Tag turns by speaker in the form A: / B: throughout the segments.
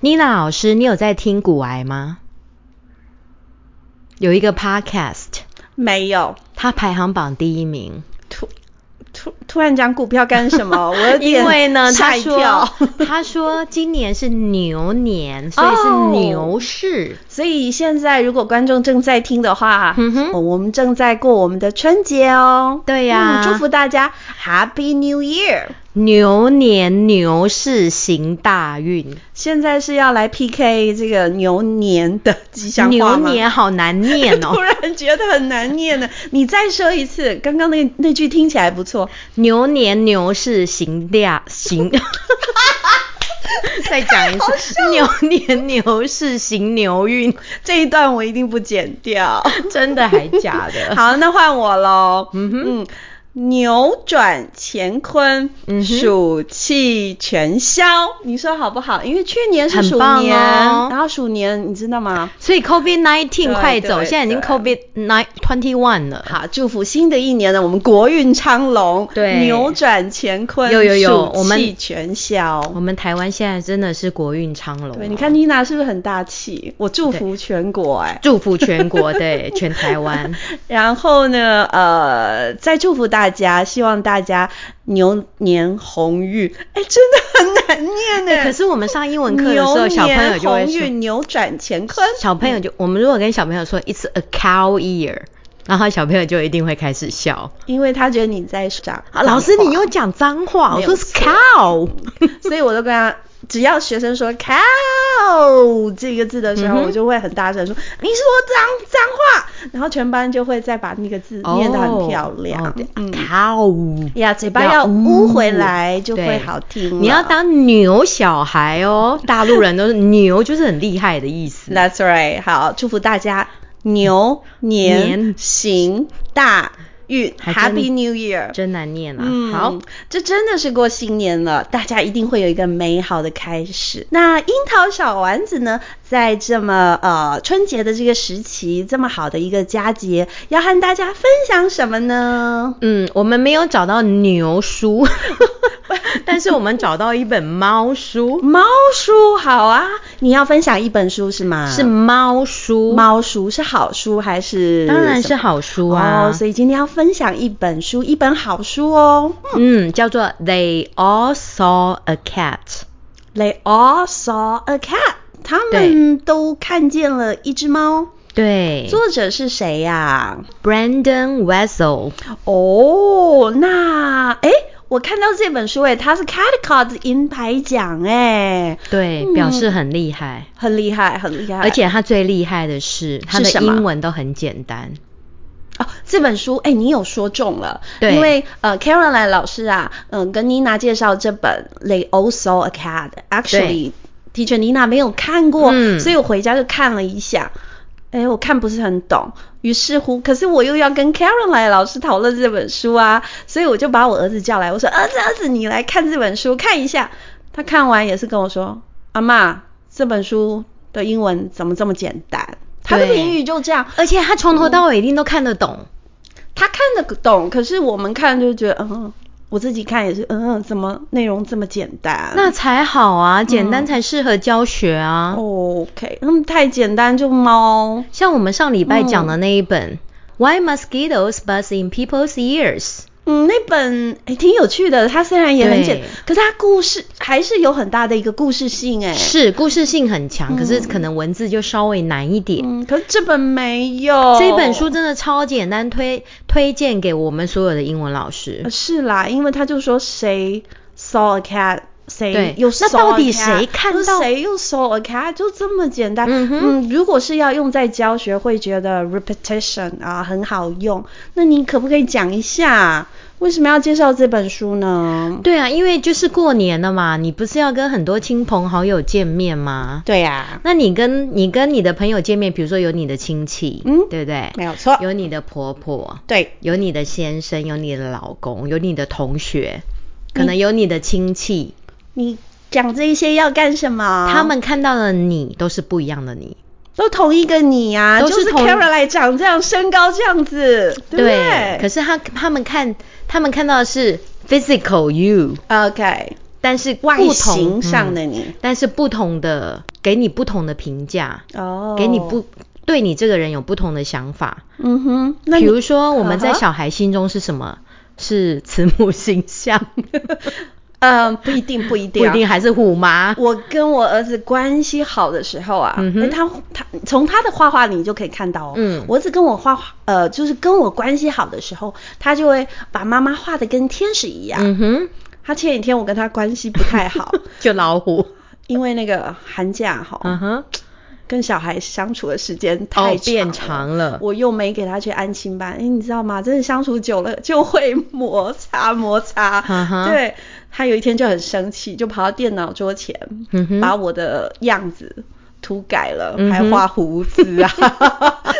A: 妮娜老师，你有在听古癌吗？有一个 podcast，
B: 没有，
A: 它排行榜第一名。
B: 突突突然讲股票干什 么？我有点
A: 因为呢，
B: 吓
A: 他
B: 一
A: 说
B: 跳。
A: 他说今年是牛
B: 哦
A: 年，所以是牛市。
B: 所以现在如果观众正在听的话，
A: 嗯哼
B: 哦我们正在过我们的春节哦。
A: 对呀
B: 嗯祝福大家 Happy New Year！
A: 牛年牛市行大运，
B: 现在是要来 PK 这个牛年的吉祥话
A: 牛
B: 吗？
A: 年好难念 哦
B: 突。 然觉得很难念呢，你再说一次，刚刚那那句听起来不错。
A: 牛年牛市行大 行，再讲一次，牛年牛市行牛运，
B: 这一段我一定不剪 掉。
A: 真的还假的？
B: 好，那换我喽。
A: 嗯哼
B: 嗯，扭转乾坤，
A: 嗯哼
B: 暑气全消，你说好不好？因为去年是
A: 很
B: 鼠
A: 棒
B: 年，
A: 哦
B: 然后鼠年你知道吗？
A: 所以 COVID
B: 对
A: nineteen 快走，
B: 对
A: 现在已经
B: 对
A: COVID nine twenty one 了。
B: 好，祝福新的一年呢，我们国运昌隆，
A: 对
B: 扭转乾坤，
A: 有有有我
B: 暑
A: 们
B: 气全消。
A: 我们台湾现在真的是国运昌隆、啊
B: 对，你看，妮娜是不是很大气？我祝福全国哎、
A: 祝福全国， 对，全台湾。
B: 然后呢，呃，再祝福大家，希望大家牛年鸿运。哎，真的很难念呢、
A: 哎可是我们上英文课的时候，小朋友就会
B: 牛年鸿
A: 说，
B: 运扭转乾坤。
A: 小朋友就我们如果跟小朋友说 "It's a cow year"，然后小朋友就一定会开始笑。
B: 因为他觉得你在讲脏话
A: 啊，老师你又讲脏话，我
B: 没有
A: 说是 cow。
B: 所以我都跟他，只要学生说 “cow” 这个字的时候，
A: 嗯哼
B: 我就会很大声说：“你说脏脏话。”然后全班就会再把那个字念得很漂亮。
A: 哦
B: 嗯，
A: cow。
B: 呀，嘴巴要嗯捂回来就
A: 对
B: 会好听了。
A: 你要当牛小孩哦，大陆人都是牛，就是很厉害的 意思。
B: That's right，好，祝福大家牛年
A: 嗯年
B: 行大运
A: 还真
B: ，Happy New Year！
A: 真难念啊！
B: 嗯，
A: 好，，
B: 这真的是过新年了，大家一定会有一个美好的开始。那樱桃小丸子呢，在这么呃春节的这个时期，这么好的一个佳节，要和大家分享什么呢？
A: 嗯，我们没有找到 牛书，但是我们找到一本猫书，
B: 猫书好啊，你要分享一本书是吗？
A: 是猫书，
B: 嗯猫书是好书还是？
A: 当然是好书啊。
B: 哦，所以今天要分享一本书，一本好书哦。
A: 嗯，叫做 They All Saw a Cat。
B: They all saw a cat，他们都看见了一只猫。
A: 对
B: 作者是谁呀、
A: ，Brandon Wessel。
B: 哦，那诶，我看到这本书诶，它是 Catcart 银牌奖诶，
A: 对，
B: 嗯
A: 表示很厉害，
B: 很厉害，很厉害。
A: 而且他最厉害的是他的
B: 什么
A: 英文都很简单。
B: 哦，这本书，哎，你有说中了，
A: 对
B: 因为呃，Caroline 老师啊，嗯、跟妮娜介绍这本《They All Saw a Cat》，actually，teacher 妮娜没有看过，
A: 嗯
B: 所以我回家就看了一下，哎，我看不是很懂，于是乎，可是我又要跟 Caroline 老师讨论这本书啊，所以我就把我儿子叫来，我说，儿子，儿子，你来看这本书，看一下。他看完也是跟我说，阿妈，这本书的英文怎么这么简单？他的
A: 对
B: 评语就这样，
A: 而且他从头到尾一定都看得懂。
B: 他看得懂，可是我们看就觉得，嗯，我自己看也是，嗯，怎么内容这么简单？
A: 那才好啊，简单才适合教学啊。
B: 哦 OK，那、么太简单就猫。
A: 像我们上礼拜讲的那一本、Why Mosquitoes Buzz in People's Ears》，
B: 嗯，那本诶挺有趣的，它虽然也很简
A: 对，
B: 可是它故事还是有很大的一个故事性哎。
A: 是故事性很强，
B: 嗯
A: 可是可能文字就稍微难一点。
B: 嗯，可是这本没有。
A: 这本书真的超简单，推推荐给我们所有的英文老
B: 呃
A: 师。
B: 是啦，因为他就说谁 saw a cat，谁
A: 对
B: 又
A: 那
B: saw
A: 到
B: a
A: 底
B: cat，
A: 谁看
B: 就是
A: 到
B: 谁又 saw a cat，就这么简单。
A: 嗯哼
B: 如果是要用在教学，会觉得 repetition 啊很好用。那你可不可以讲一下为什么要介绍这本书呢？
A: 对啊，因为就是过年了嘛，你不是要跟很多亲朋好友见面吗？
B: 对呀、
A: 那你跟你跟你的朋友见面，比如说有你的亲戚，
B: 嗯
A: 对不对？
B: 没有错。
A: 有你的婆婆，
B: 对，
A: 有你的先生，有你的老公，有你的同学，可能有你的亲戚，
B: 你讲这一些要干什么？
A: 他们看到的你都是不一样的你。
B: 都同一个你呀、
A: 都
B: 就是是
A: 同
B: Caroline 长这样，身高这样子，对不对？
A: 可是他他们看他们看到的是 physical you，
B: OK，
A: 但是不
B: 外
A: 同
B: 形上的你
A: 嗯但是不同的给你不同的评价，
B: 哦，
A: 给你不，对你这个人有不同的想法。
B: 嗯哼，那
A: 比
B: 你
A: 如说我们在
B: 啊哈
A: 小孩心中是什么？是慈母形 象，
B: 嗯，不一定，不一定、
A: 不
B: 啊，
A: 一定还是虎妈。
B: 我跟我儿子关系好的时候啊，
A: 嗯
B: 嗯
A: 哼
B: 他他从他的画画里就可以看到哦，
A: 嗯
B: 我儿子跟我画画，呃，就是跟我关系好的时候，他就会把妈妈画的跟天使一样。
A: 嗯哼，
B: 他前几天我跟他关系不太 好，
A: 就老虎。
B: 因为那个寒假哈、
A: 嗯哼，
B: 跟小孩相处的时间太长了、
A: 哦变长了
B: 我又没给他去安亲班，哎，你知道吗？真的相处久了就会摩擦摩擦。
A: 嗯哼
B: 对他有一天就很生气，就跑到电脑桌前，
A: 嗯哼
B: 把我的样子。涂改了，
A: 嗯哼
B: 还画胡子啊，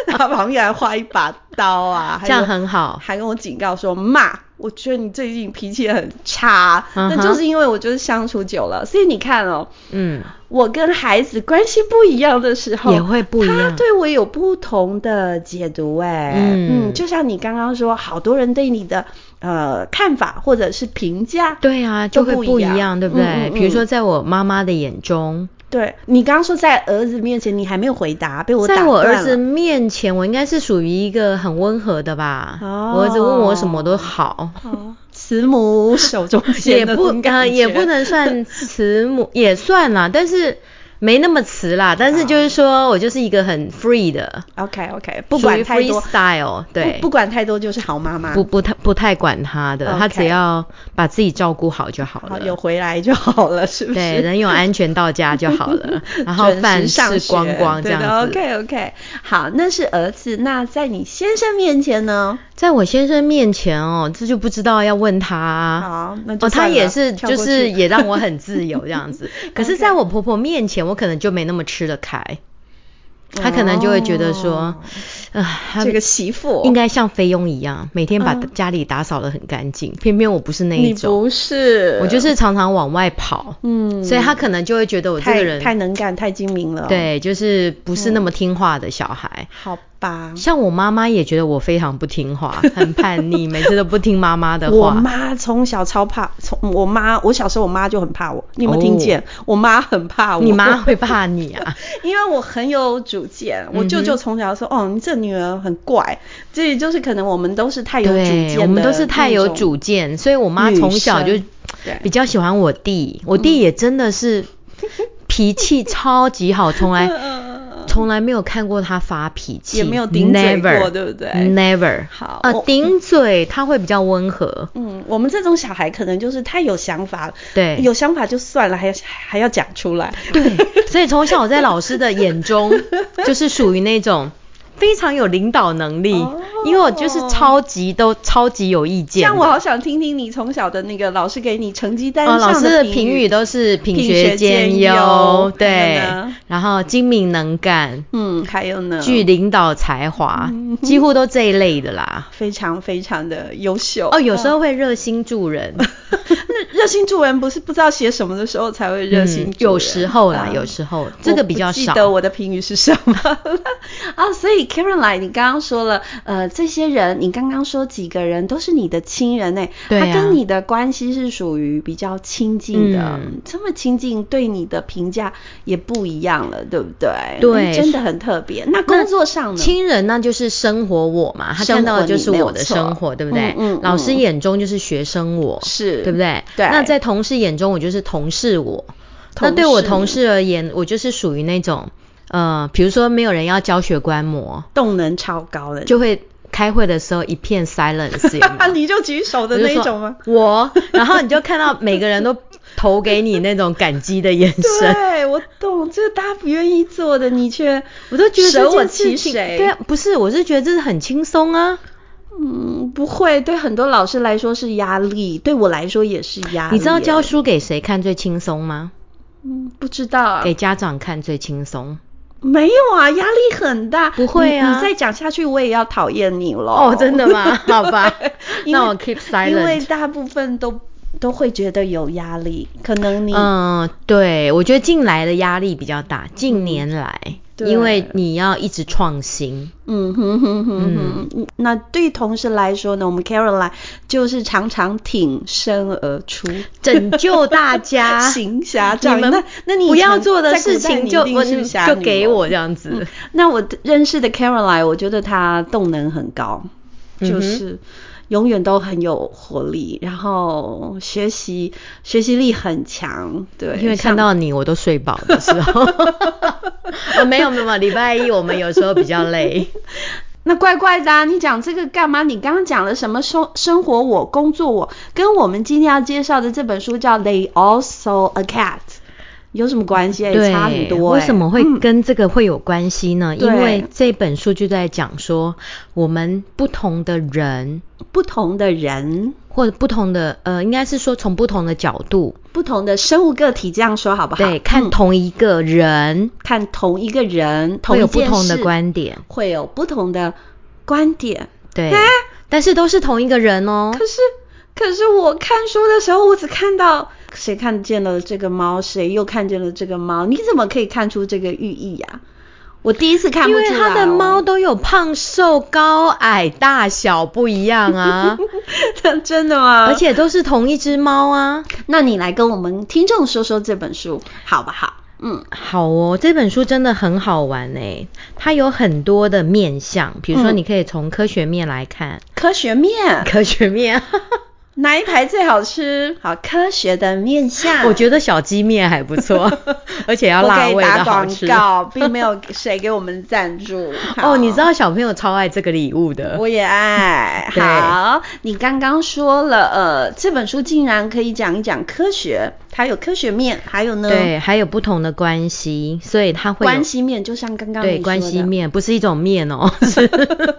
B: 然后旁边还画一把刀 啊，还
A: 这样
B: 跟
A: 很好
B: 还跟我警告说妈，我觉得你最近脾气很差，
A: 嗯
B: 那
A: 哼
B: 就是因为我就是相处久了，所以你看哦，
A: 嗯，
B: 我跟孩子关系不一样的时候，
A: 也会不一样
B: 他对我有不同的解读、哎，
A: 嗯
B: 就像你刚刚说，好多人对你的呃看法或者是评价，
A: 对啊，就会
B: 都
A: 不
B: 不一
A: 一
B: 样
A: 样，对不对？
B: 嗯嗯嗯
A: 比如说，在我妈妈的眼中，
B: 对你刚刚说在儿子面前你还没有回答，被我打
A: 在我儿
B: 断
A: 子
B: 了
A: 面前，我应该是属于一个很温和的吧。
B: 哦
A: 我儿子问我什么都好，
B: 哦慈母手中线
A: 也
B: 那
A: 不
B: 种感
A: 呃也
B: 觉
A: 不能算慈 母，也算啦，但是没那么慈啦。但是就是说我就是一个很 free 的，
B: OK OK，不管太多，
A: freestyle，对，
B: 不不管太多就是好妈妈，
A: 不不太不太管他的，他
B: OK
A: 只要把自己照顾好就好
B: 好
A: 了。
B: 有回来就好了，是不是？，
A: 对，人有安全到家就好了 然后
B: 准时
A: 饭
B: 上
A: 吃
B: 学
A: 光光这
B: 对的
A: 样子。
B: OK OK，好，那是儿子。那在你先生面前呢？
A: 在我先生面前哦，这就不知道要问他啊。
B: 好那就
A: 哦，他
B: 算了
A: 也是，
B: 跳
A: 就
B: 过
A: 是
B: 去
A: 也让我很自由这 样子。可是，在我婆婆面前，我可能就没那么吃得开。她可能就会觉得说
B: 哦，
A: 啊，她
B: 这个媳妇
A: 应该像菲佣一样，每天把
B: 嗯
A: 家里打扫得很干净。偏偏我不是那
B: 你
A: 一种，
B: 不是，
A: 我就是常常往外跑，
B: 嗯
A: 所以她可能就会觉得我这
B: 太
A: 个人
B: 太能干，太精明了。，
A: 对，就是不是那么听话的小孩。
B: 好吧。
A: 像我妈妈也觉得我非常不 听话，很叛逆，每次都不听妈妈的
B: 我
A: 话。
B: 妈从小超怕，从我妈，我小时候我妈就很怕我，你有没有听
A: 哦
B: 见？我妈很怕我。
A: 你妈会怕你啊？
B: 因为我很有主见，
A: 嗯
B: 我舅舅从小说，哦，你这女儿很怪，这也就是可能我们都是太有主见
A: 对，
B: 的
A: 我们都是太有
B: 那种
A: 主见，所以我妈从小就
B: 女生对
A: 比较喜欢我弟，我弟也真的是脾气超级好，
B: 嗯
A: 从来从来没有看过他发脾气，
B: 也没有顶嘴过
A: never,
B: 对不对
A: ？Never。
B: 好
A: 呃
B: 我，
A: 顶嘴他会比较温和，
B: 嗯，我们这种小孩可能就是太有想法了，
A: 对
B: 有想法就算了，还要还要讲出来，
A: 对，所以从小我在老师的眼中，就是属于那种非常有领导能力，
B: 哦
A: 因为我就是超级都超级有意
B: 这
A: 见啊
B: 样
A: 的。
B: 我好想听听你从小的那个老师给你成绩单
A: 哦，老
B: 上
A: 师的
B: 评
A: 评语都是品学兼
B: 优，
A: 优，
B: 还
A: 对
B: 有呢，
A: 然后精明能干，
B: 嗯，还有呢，
A: 具领导才华，几乎都这一类 的啦。
B: 非常非常的优秀
A: 哦，有时候会热心助 人，
B: 那热心助人不是不知道写什么的时候才会热心助人、
A: 嗯有时候啦
B: 啊
A: 有时候这个比较
B: 我不记
A: 少
B: 得我的评语是什么了 啊？所以 Caroline，你刚刚说了，呃，这些人，你刚刚说几个人都是你的亲人呢、欸
A: 对啊
B: 他跟你的关系是属于比较亲近的，
A: 嗯
B: 这么亲近，对你的评价也不一样了，对不对？
A: 对
B: 嗯真的很特别。那工作上呢？
A: 亲人那就是生活我嘛，他
B: 生
A: 看到
B: 活
A: 的就
B: 你
A: 是
B: 没有
A: 我的
B: 错
A: 生活，对不对？
B: 嗯嗯
A: 老师
B: 嗯
A: 眼中就是学生我，
B: 是
A: 对不对？
B: 对
A: 那在同事眼中，我就是同事我。
B: 同
A: 那对我
B: 事
A: 同事而言，我就是属于那种，呃，比如说没有人要教学观摩，
B: 动能超高的，
A: 就会开会的时候一片 silence，有没有
B: 你就 举手的
A: 我就
B: 那一
A: 说
B: 种吗？
A: 我，然后你就看到每个人都投给你那种感激的眼 神。
B: 对，我懂，这大家不愿意做的，你却
A: 我都觉得
B: 舍
A: 这
B: 我
A: 件
B: 其
A: 事情，
B: 谁？
A: 对啊，，不是，我是觉得这是很轻松啊。
B: 嗯，不会，对很多老师来说是压力，对我来说也是压力。
A: 你知道教？书给谁看最轻松吗？
B: 嗯，不知道啊，
A: 给家长看最轻松。
B: 没有啊，压力很大。
A: 不会啊
B: 你，你再讲下去，我也要讨厌你了。
A: 哦，真的吗？好吧
B: 因为，
A: 那我 keep
B: 因为
A: silent。
B: 大部分都都会觉得有压力，可能你、
A: 嗯，对，我觉得近来的压力比较大，近年来，
B: 对
A: 因为你要一直创 新，
B: 嗯哼哼
A: 嗯
B: 哼哼，那对同事来说呢，我们 Caroline 就是常常挺身而出，
A: 拯救大 家。
B: 行侠
A: 你
B: 仗义。
A: 们
B: 那那你
A: 不
B: 以
A: 要
B: 前
A: 做的
B: 在古
A: 事
B: 代
A: 情
B: 你一
A: 就
B: 定
A: 我
B: 是
A: 你
B: 侠
A: 就
B: 女
A: 给
B: 哦
A: 我这样子，
B: 那我的认识的 Caroline，我觉得她动能很高，
A: 嗯
B: 就
A: 哼
B: 是永远都很有活力，然后学习学习力很强，对，
A: 因为看
B: 像
A: 到你我都睡饱的时候。 哦，没有没有，没有礼拜一我们有时候比较 累。
B: 那怪怪的、啊，你讲这个干嘛？你刚刚讲了什么生生活我、工作我，跟我们今天要介绍的这本书叫《They Also a Cat》有什么关系啊？也
A: 对，
B: 差很多、欸。
A: 为什么会
B: 嗯
A: 跟这个会有关系呢？
B: 对
A: 因为这本书就在讲说，我们不同的人
B: 不同的人、
A: 或者不同的呃，应该是说从不同的角度，
B: 不同的生物个体这样说好不好？
A: 对，看
B: 嗯
A: 同一个人、
B: 看同一个人，同
A: 会有
B: 一
A: 不
B: 件
A: 同
B: 事
A: 的观点，
B: 会有不同的观点。
A: 对，但是都是同一个人哦。
B: 可是，可是我看书的时候，我只看到谁看见了这个猫，谁又看见了这个猫，你怎么可以看出这个寓意啊呀、我第一次看
A: 因
B: 不出
A: 为
B: 来、哦。
A: 他的猫都有胖瘦、高矮、大小不一样 啊，
B: 真的吗？
A: 而，且都是同一只猫啊。
B: 那你来跟我们听众说说这本书好不好？嗯
A: 好哦，这本书真的很好玩诶，它有很多的面向，比如说
B: 嗯
A: 你可以从科学面来看，
B: 科学面
A: 科学面，
B: 哪一排最好吃？好，科学的面相。
A: 我觉得小鸡面还不错， 而且要
B: 我
A: 辣
B: 给
A: 味
B: 打
A: 的好
B: 广
A: 吃。
B: 告，并没有谁给我们赞 助。好
A: 哦，你知道小朋友超爱这个礼物 的，。
B: 我也爱
A: 对
B: 好，你刚刚说了，呃，这本书竟然可以讲一讲科学，它有科学面，还有呢，
A: 对，还有不同的关系，所以它会有
B: 关系面，就像刚刚你
A: 对
B: 说
A: 关系
B: 的，
A: 面，不是一种面哦， 是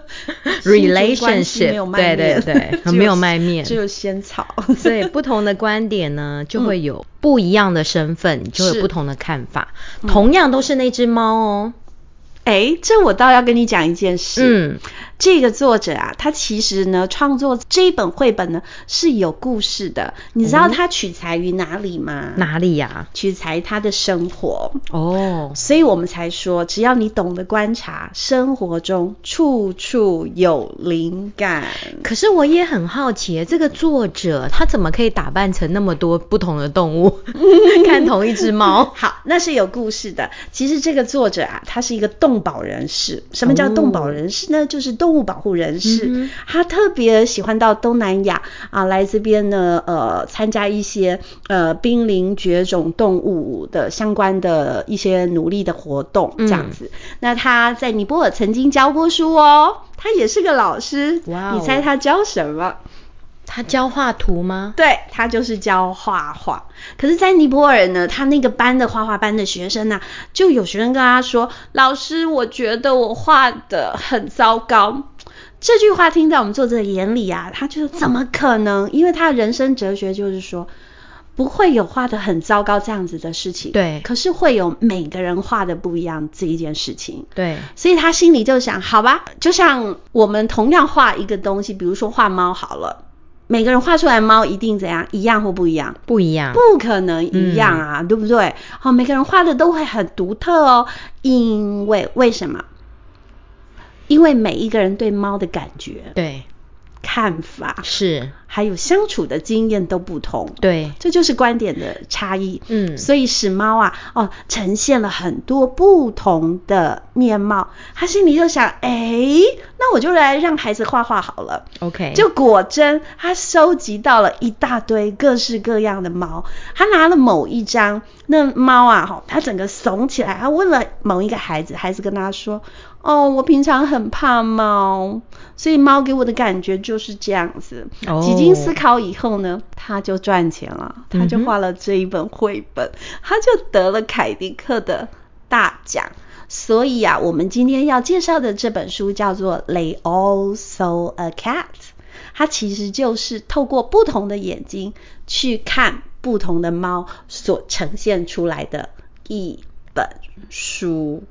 B: 新竹关系
A: relationship，
B: 没有卖
A: 对对
B: 面，
A: 对，
B: 只
A: 没有卖面，
B: 只有仙 草。
A: 所以不同的观点呢，就会有不一样的身份，你就会有
B: 是
A: 不同的看法。同样都是那只猫哦，
B: 哎，这我倒要跟你讲一件事。
A: 嗯，
B: 这个作者啊，他其实呢创作这一本绘本呢是有故事的。你知道他取材于哪里吗？
A: 嗯哪里呀、
B: 取材他的生活。
A: 哦，
B: 所以我们才说，只要你懂得观察，生活中处处有灵感。
A: 可是我也很好奇，这个作者他怎么可以打扮成那么多不同的动 物，看同一只猫？
B: 好，那是有故事的。其实这个作者啊，他是一个动保人士。什么叫动保人士呢？就是动物保护人士。
A: 哦嗯哼
B: 他特别喜欢到东南亚啊，来这边呢，呃，参加一些呃濒临绝种动物的相关的一些努力的活动，
A: 嗯
B: 这样子。那他在尼泊尔曾经教过书哦，他也是个老师。
A: 哇哦
B: 你猜他教什么？
A: 他教画图吗？
B: 对他就是教画画，可是，在尼泊尔呢，他那个班的画画班的学生呢、就有学生跟他说：“老师，我觉得我画的很糟糕。”这句话听在我们作者眼里啊，他觉得怎么可能？因为他人生哲学就是说，不会有画的很糟糕这样子的事情。
A: 对
B: 可是会有每个人画的不一样这一件事情。
A: 对，
B: 所以他心里就想，好吧，就像我们同样画一个东西，比如说画猫好了，每个人画出来的猫一定怎样，一样或不一样？
A: 不一样。
B: 不可能一样啊，对不对？好、每个人画的都会很独特哦，因为为什么？因为每一个人对猫的感觉、
A: 对，
B: 看法，
A: 是，
B: 还有相处的经验都不同，
A: 对，
B: 这就是观点的差异。
A: 嗯，
B: 所以使猫啊，哦，呈现了很多不同的面貌。他心里就想，哎，那我就来让孩子画画好了。
A: OK，
B: 就果真，他收集到了一大堆各式各样的猫。他拿了某一张，那猫啊，哈，他整个耸起来。他问了某一个孩子，孩子跟他说：“哦，我平常很怕猫，所以猫给我的感觉就是这样子。”
A: 哦
B: 几经思考以后呢，他就赚钱了，他就
A: 嗯哼
B: 画了这一本绘本，他就得了凯迪克的大奖。所以啊，我们今天要介绍的这本书叫做《They All Saw a Cat》，它其实就是透过不同的眼睛去看不同的猫所呈现出来的一本书。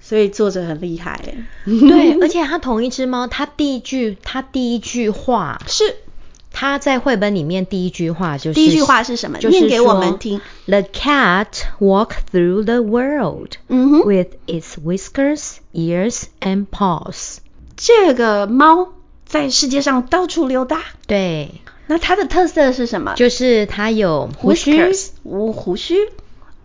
B: 所以作者很厉害耶，
A: 对，而且他同一只猫，他第一句，他第一句话
B: 是
A: 他在绘本里面第一句话就是
B: 第一句话是什么
A: 就是
B: 念给我们
A: 说
B: 听
A: ：The cat walked through the world
B: 嗯哼
A: with its whiskers, ears
B: 嗯
A: and paws。
B: 这个猫在世界上到处溜达，
A: 对，
B: 那它的特色是什么？
A: 就是它有胡须、
B: Whiskers，无胡须，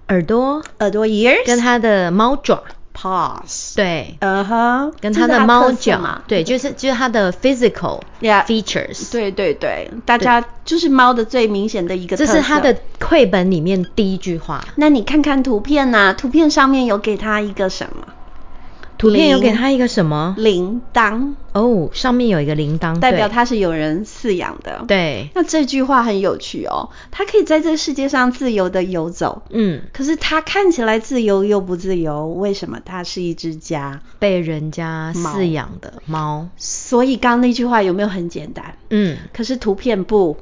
A: 耳朵，
B: 耳朵 ears，
A: 跟它的猫爪，
B: paws，，
A: 对，
B: 嗯哼，
A: 跟
B: 这
A: 它
B: 是
A: 的
B: 它
A: 猫
B: 特色
A: 脚
B: 嘛，
A: 对，就是就是它的 physical
B: Yeah
A: features。
B: 对对对，大家就是猫的最明显的一个特
A: 这
B: 色。
A: 是它的。绘本里面第一句话。
B: 那你看看图片呐、图片上面有给它一个什么？
A: 图片有给
B: 铃
A: 它一个什么？
B: 铃铛，
A: 哦，上面有一个铃铛，
B: 代表
A: 对
B: 它是有人饲养的。。
A: 嗯对，
B: 那这句话很有趣哦，它可以在这个世界上自由的游走，
A: 嗯，
B: 可是它看起来自由又不自由，为什么？它是一只家。
A: 被人家
B: 猫
A: 饲养的猫，
B: 所以刚刚那句话有没有很简单？
A: 嗯，
B: 可是图片不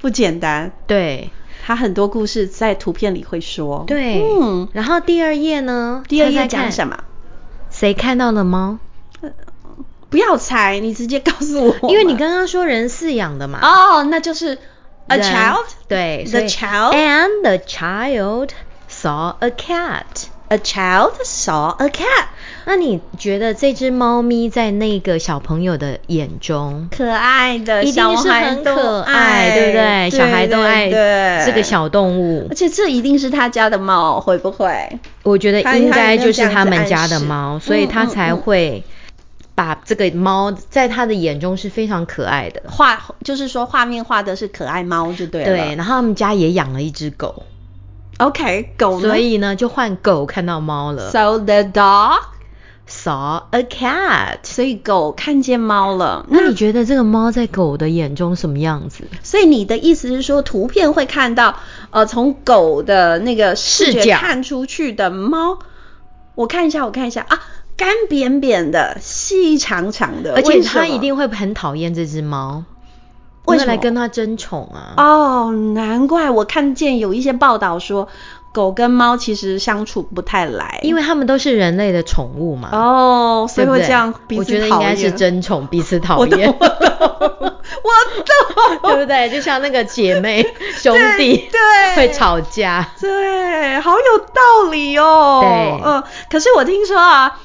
B: 不简单，
A: 对
B: 它很多故事在图片里会说。
A: 对，
B: 嗯，
A: 然后第二页呢？
B: 第二页
A: 猜猜
B: 讲
A: 看
B: 什？么？
A: 谁看到了猫？
B: 不要猜，你直接告诉我嘛。
A: 因为你刚刚说人饲养的嘛。
B: 哦，那就是 a
A: 人
B: child，
A: 对所
B: ，the
A: 以
B: child，a
A: And the child saw a cat.
B: child saw a cat，
A: 那你觉得这只猫咪在那个小朋友的眼中，
B: 可爱的，
A: 一定是
B: 呃小孩
A: 很
B: 都
A: 可
B: 爱，
A: 爱，对不对？小孩都爱
B: 对
A: 这个小动物
B: 而，且这一定是他家的猫，会不会？
A: 我觉得
B: 他
A: 应
B: 他有
A: 该
B: 没有
A: 就
B: 这
A: 是
B: 样子
A: 他们家
B: 暗
A: 的
B: 示嗯
A: 猫，所以他才会把这个猫在他的眼中是非常可爱的。
B: 画就是说画面画的是可爱猫就对了。
A: 对，然后他们家也养了一只狗，
B: OK，狗呢
A: 所以呢就换狗看到猫了。
B: ，so the dog，
A: Saw a cat。
B: 所以狗看见猫了。
A: 那你觉得这个猫在狗的眼中什么样子？
B: 所以你的意思是说，图片会看到，呃，从狗的那个视
A: 视
B: 觉
A: 角
B: 看出去的猫，我看一下，我看一下啊，干扁扁的，细长长的，
A: 而且
B: 为什
A: 它
B: 么
A: 一定会很讨厌这只猫，
B: 为
A: 会
B: 什么
A: 来跟它争宠啊。
B: 哦，难怪我看见有一些报道说，狗跟猫其实相处不太来，
A: 因为它们都是人类的宠物嘛。
B: 哦，所
A: 对
B: 以
A: 不
B: 会
A: 对
B: 这样彼
A: 我
B: 此讨厌。
A: 觉得应该是争宠，彼此讨
B: 我懂，
A: 厌，
B: 我懂，我 懂，
A: 对不对？就像那个 姐妹兄弟
B: 对
A: 会吵架，
B: 对，好有道理哦。
A: 对
B: 嗯，可是我听说啊，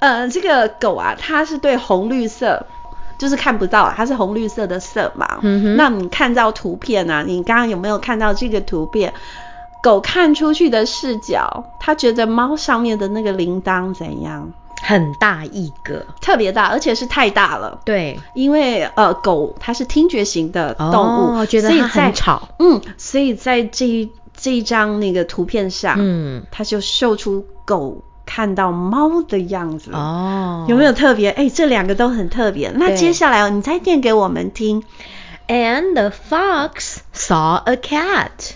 B: 呃，这个狗啊，它是对红绿色。就是看不到啊，它是红绿色的色嘛。
A: 嗯哼
B: 那你看到图片啊？你刚刚有没有看到这个图片？狗看出去的视角，它觉得猫上面的那个铃铛怎样？
A: 很大一个。
B: 特别大，而且是太大了。
A: 对，
B: 因为呃，狗它是听觉型的动物，
A: 哦觉得
B: 所以
A: 它
B: 在
A: 很吵。
B: 嗯，所以在这一这一张那个图片上，
A: 嗯，
B: 它就秀出狗看到猫的样子。
A: 哦，
B: 嗯有没有特别？哎、这两个都很特别。那
A: 对
B: 接下来哦你再念给我们听。
A: ？And the fox saw a cat。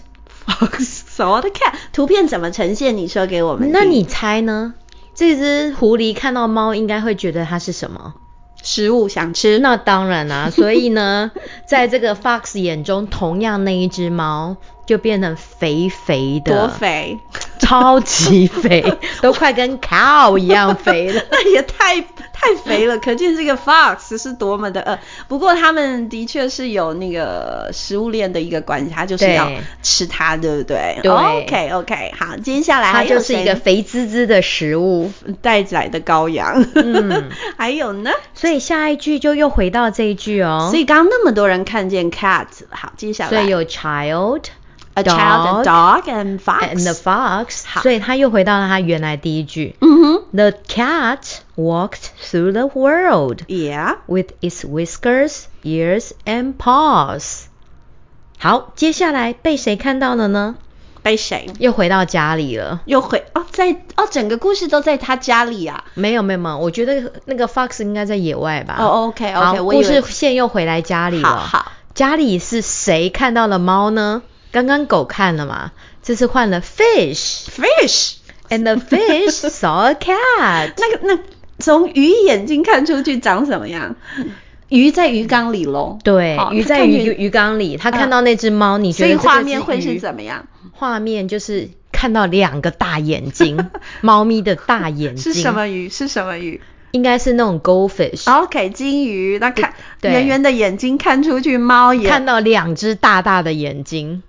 B: Fox saw the cat，图片怎么呈现？你说给我们听。
A: 那你猜呢？这只狐狸看到猫，应该会觉得它是什么？
B: 食物想吃？
A: 那当然啦、所以 呢，在这个 Fox 眼中，同样那一只猫就变成肥肥的，
B: 多，肥？。
A: 超级肥，都快跟 cow 一样肥了
B: 那 也太太肥 了，可见这个 Fox 是多么的饿。不过他们的确是有那个食物链的一个关系，它就是
A: 对
B: 要吃它，对不对？
A: 对
B: OK OK，好，接下来
A: 它
B: 还有
A: 就是一个
B: 谁
A: 肥滋滋的食物，
B: 待宰的羔羊。
A: 嗯
B: 还有呢？
A: 所以下一句就又回到这一句哦。
B: 所以刚刚那么多人看见 cat，好，接下来
A: 所以有 child
B: a child, a dog and fox。
A: and the fox，
B: 好
A: 所以他又回到了他原来第一句。
B: 嗯哼
A: The cat walked through the world
B: ，yeah，
A: with its whiskers, ears and paws。好，接下来被谁看到了呢？
B: 被谁？
A: 又回到家里了。
B: 又回哦，在哦，整个故事都在他家里啊。
A: 没有没有没有，我觉得那个 fox 应该在野外吧。
B: 哦，OK，OK，
A: 好
B: 我以
A: 故
B: 为
A: 事线又回来家里了。
B: 好好，
A: 家里是谁看到了猫呢？刚刚狗看了嘛，这次换了 fish。
B: Fish，
A: And the fish saw a cat。
B: 那个那从鱼眼睛看出去长什么样？鱼在鱼缸里喽。
A: 对
B: 好，
A: 鱼
B: 他
A: 在
B: 看
A: 鱼
B: 见
A: 鱼缸里，他
B: 嗯
A: 看到那只猫，你觉
B: 所
A: 得
B: 以
A: 这个
B: 画面会
A: 鱼
B: 是怎么样？
A: 画面就是 看到两个大眼睛，猫咪的大眼睛
B: 是什么鱼？是什么鱼？
A: 应该是那种 goldfish，、
B: OK，金鱼，那看
A: 对
B: 圆圆的眼睛看出去，猫眼
A: 看到两只大大的眼睛。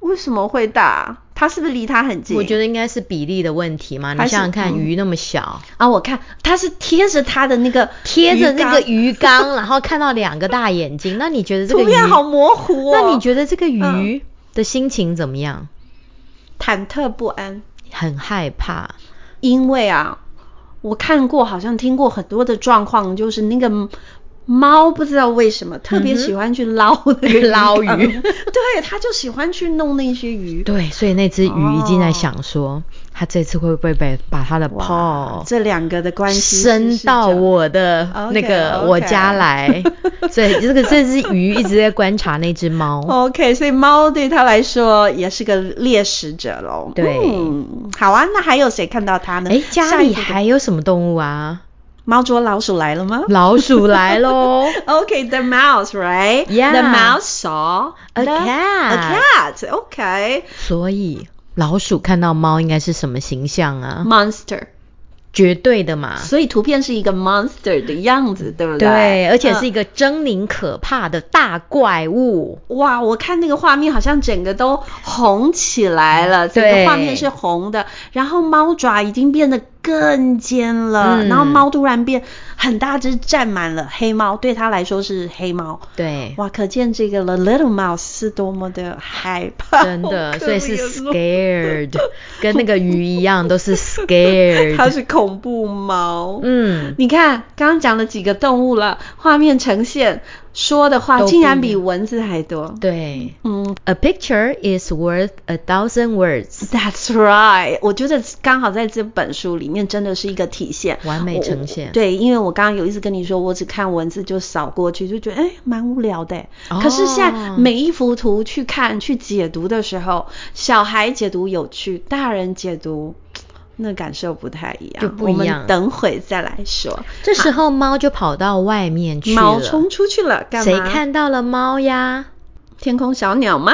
B: 为什么会大？它是不是离它很近？
A: 我觉得应该是比例的问题嘛。你
B: 还
A: 想
B: 是
A: 想看，
B: 嗯
A: 鱼那么小，
B: 啊，我看它是贴着它的那个
A: 贴着那个
B: 鱼
A: 鱼缸，然后看到两个大眼睛，那你觉得这
B: 缸，
A: 个
B: 图
A: 鱼？
B: 片好模糊哦。
A: 那你觉得这个
B: 嗯
A: 鱼的心情怎么样？
B: 忐忑不安？
A: 很害怕。
B: 因为啊，我看过，好像听过很多的状况，就是那个猫不知道为什么特别
A: 嗯哼
B: 喜欢去捞那个
A: 捞鱼
B: 缸 对，它就喜欢去弄那些 鱼。
A: 对，所以那只鱼一定
B: 哦
A: 在想说，它这次会不会被把它的
B: 哇
A: 泡
B: 这两个的关系
A: 伸
B: 是是
A: 哦到
B: 这样
A: 我的
B: OK，
A: 那个我
B: OK
A: 家 来？所以这个这只鱼一直在观察那只猫。
B: OK，所以猫对它来说也是个猎食者喽。
A: 对
B: 嗯，好啊，那还有谁看到它呢？
A: 哎，家
B: 下一
A: 里
B: 个
A: 还有什么动物啊？
B: 猫捉老鼠来了吗？
A: 老鼠来 喽！
B: Okay, the mouse, right?
A: Yeah.
B: The mouse saw
A: A
B: the-
A: cat. Uh-huh
B: A cat. Okay.
A: 所以老鼠看到猫应该是什么形象啊？
B: Monster.
A: 绝对的嘛。
B: 所以图片是一个 monster 的样子，对不对？
A: 对，而且是一
B: 嗯
A: 个狰狞可怕的大怪物。
B: 哇，我看那个画面好像整个都红起来了，整个
A: 对
B: 画面是红的，然后猫爪已经变得更尖了，
A: 嗯
B: 然后猫突然变很大只，占满了黑猫，对它来说是黑猫。
A: 对，
B: 哇，可见这个 The Little Mouse 是多么的害怕，
A: 真的，
B: 好可
A: 所以是
B: 怜哦
A: scared，跟 那个鱼一样，都是 scared。
B: 它是恐怖猫。
A: 嗯，
B: 你看，刚刚讲了几个动物了，画面呈现说的话
A: 都不
B: 竟然比
A: 一样
B: 文字还多。
A: 对。
B: 嗯
A: A picture is worth a thousand words，
B: That's right，我觉得刚好在这本书里面真的是一个体现，
A: 完美
B: 我
A: 呈现
B: 对，因为我刚刚有一次跟你说，我只看文字就扫过去，就觉得哎蛮无聊的。
A: 哦
B: 可是现在每一幅图去看、去解读的时候，小孩解读有趣，大人解读。那感受不太一样，
A: 就不一样
B: 我们等会再来说。
A: 这时候猫就跑到外面去了。
B: 猫冲出去了，干嘛？
A: 谁看到了猫呀？
B: 天空小鸟吗？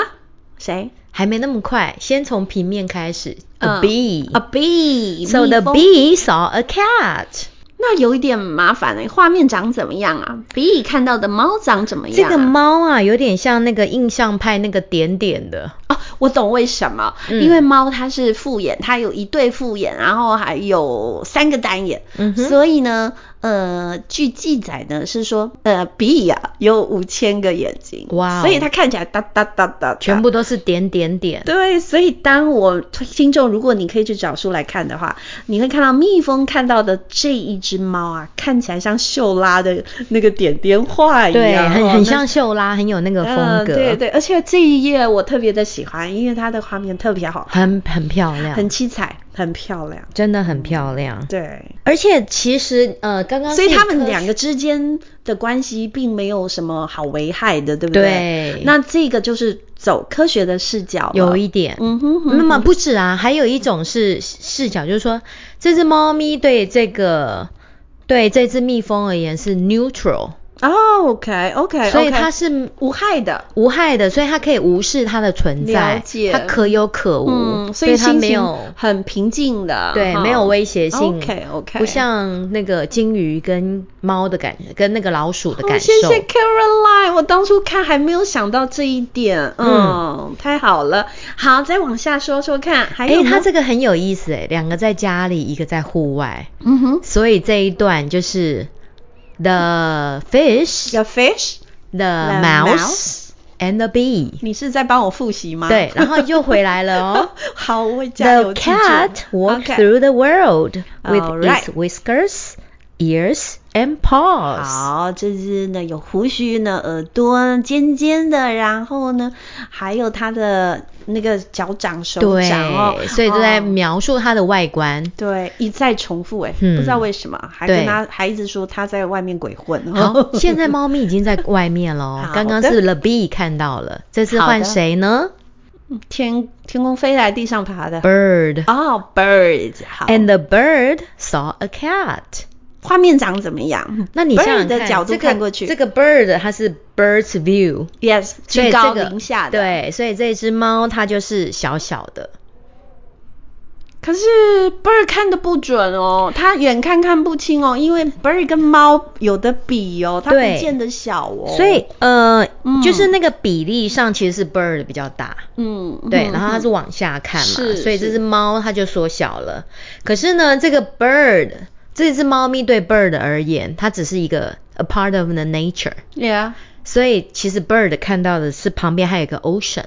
B: 谁
A: 还没那么快，先从平面开始。
B: 嗯
A: A bee，
B: ？A bee。
A: So
B: 蜜
A: the
B: 蜂
A: bee saw a cat。
B: 那有一点麻烦哎、画面长怎么样啊？比你看到的猫长怎么
A: 这
B: 样、啊？
A: 个猫啊，有点像那个印象派那个点点 的，
B: 哦，我懂为什么，
A: 嗯
B: 因为猫它是复眼，它有一对复眼，然后还有三个单眼，
A: 嗯哼
B: 所以呢，呃，据记载呢是说，呃，比呀、有五千个眼睛，
A: 哇哦
B: 所以它看起来哒哒哒哒哒，
A: 全部都是点点点。
B: 对，所以当我听众，如果你可以去找书来看的话，你会看到蜜蜂看到的这一只猫啊，看起来像秀拉的那个点点画一样，
A: 对，
B: 哦
A: 很
B: 那
A: 很像秀拉，很有那个风
B: 嗯
A: 格，
B: 对对，而且这一页我特别的喜欢，因为它的画面特别好看，
A: 很很漂亮，
B: 很七彩，很漂亮。
A: 真的很漂亮。
B: 对，
A: 而且其实呃，刚刚
B: 所以
A: 是
B: 他们
A: 科
B: 两个之间的关系并没有什么好危害的，对不
A: 对
B: 那这个就是走科学的视角了，
A: 有一点。
B: 嗯哼哼
A: 那么不止啊，还有一种是视角，就是说这只猫咪对这个对这只蜜蜂而言是 neutral，
B: 哦，OK OK，
A: 所以它是
B: 无害的。
A: 无害的，所以它可以无视它的存
B: 了
A: 在
B: 解，
A: 它可有可无，
B: 嗯，所
A: 所
B: 以
A: 它
B: 心
A: 没
B: 情
A: 有
B: 很平静的，
A: 对
B: 哈
A: 没有威胁性
B: OK OK，
A: 不像那个金鱼跟猫的感觉，跟那个老鼠的
B: 哦，
A: 感
B: 谢
A: 受。
B: 谢 Caroline，我当初看还没有想到这一点，嗯，太好了。好，再往下说说看，还有
A: 哎，
B: 吗
A: 它这个很有意思哎，两个在家里，一个在户外，
B: 嗯哼
A: 所以这一段就是 the fish,
B: ，The fish，
A: the
B: the
A: mouse and the bee。
B: 你是在帮我复习吗？
A: 对，然后又回来了哦。
B: 好，我会加油
A: The
B: 记住。
A: cat walked
B: OK
A: through the world with
B: Alright.
A: its whiskers, ears, and paws.
B: 好，这只呢有胡须呢，耳朵尖尖的，然后呢还有它的那个脚掌、手
A: 对
B: 掌哦，，
A: 所以就在
B: 哦
A: 描述它的外观。
B: 对，一再重复哎、
A: 嗯
B: 不知道为什么，还
A: 对
B: 跟他还一直说他在外面鬼混。
A: 好，现在猫咪已经在外面喽
B: 哦 好。
A: 刚刚
B: 的
A: 是 The Bee 看到了，这次
B: 好的
A: 换谁呢
B: 天天空飞来地上爬的。
A: ？Bird。
B: 哦、b i r d 好。
A: And the bird saw a cat。
B: 画面长怎么样？
A: 那你
B: Bird
A: 想想看，
B: 的角度
A: 这个
B: 看过去、
A: 这个 bird 它是 bird's view，
B: yes
A: 所以
B: 居高
A: 这个
B: 临下的。
A: 对，所以这只猫它就是小小的，
B: 可是 bird 看的不准哦，它远看看不清哦，因为 bird 跟猫有的比哦，它不
A: 对
B: 见得小哦。
A: 所以，呃，
B: 嗯
A: 就是那个比例上其实是 bird 比较大，
B: 嗯，
A: 对，
B: 嗯
A: 然后它是
B: 嗯
A: 往下看嘛，
B: 是
A: 所以这
B: 是
A: 只猫它就缩小了。可是呢，这个 bird 这只猫咪对 bird 而言，它只是一个 a part of the nature，
B: 嗯，Yeah。
A: 所以其实 bird 看到的是旁边还有一个 ocean，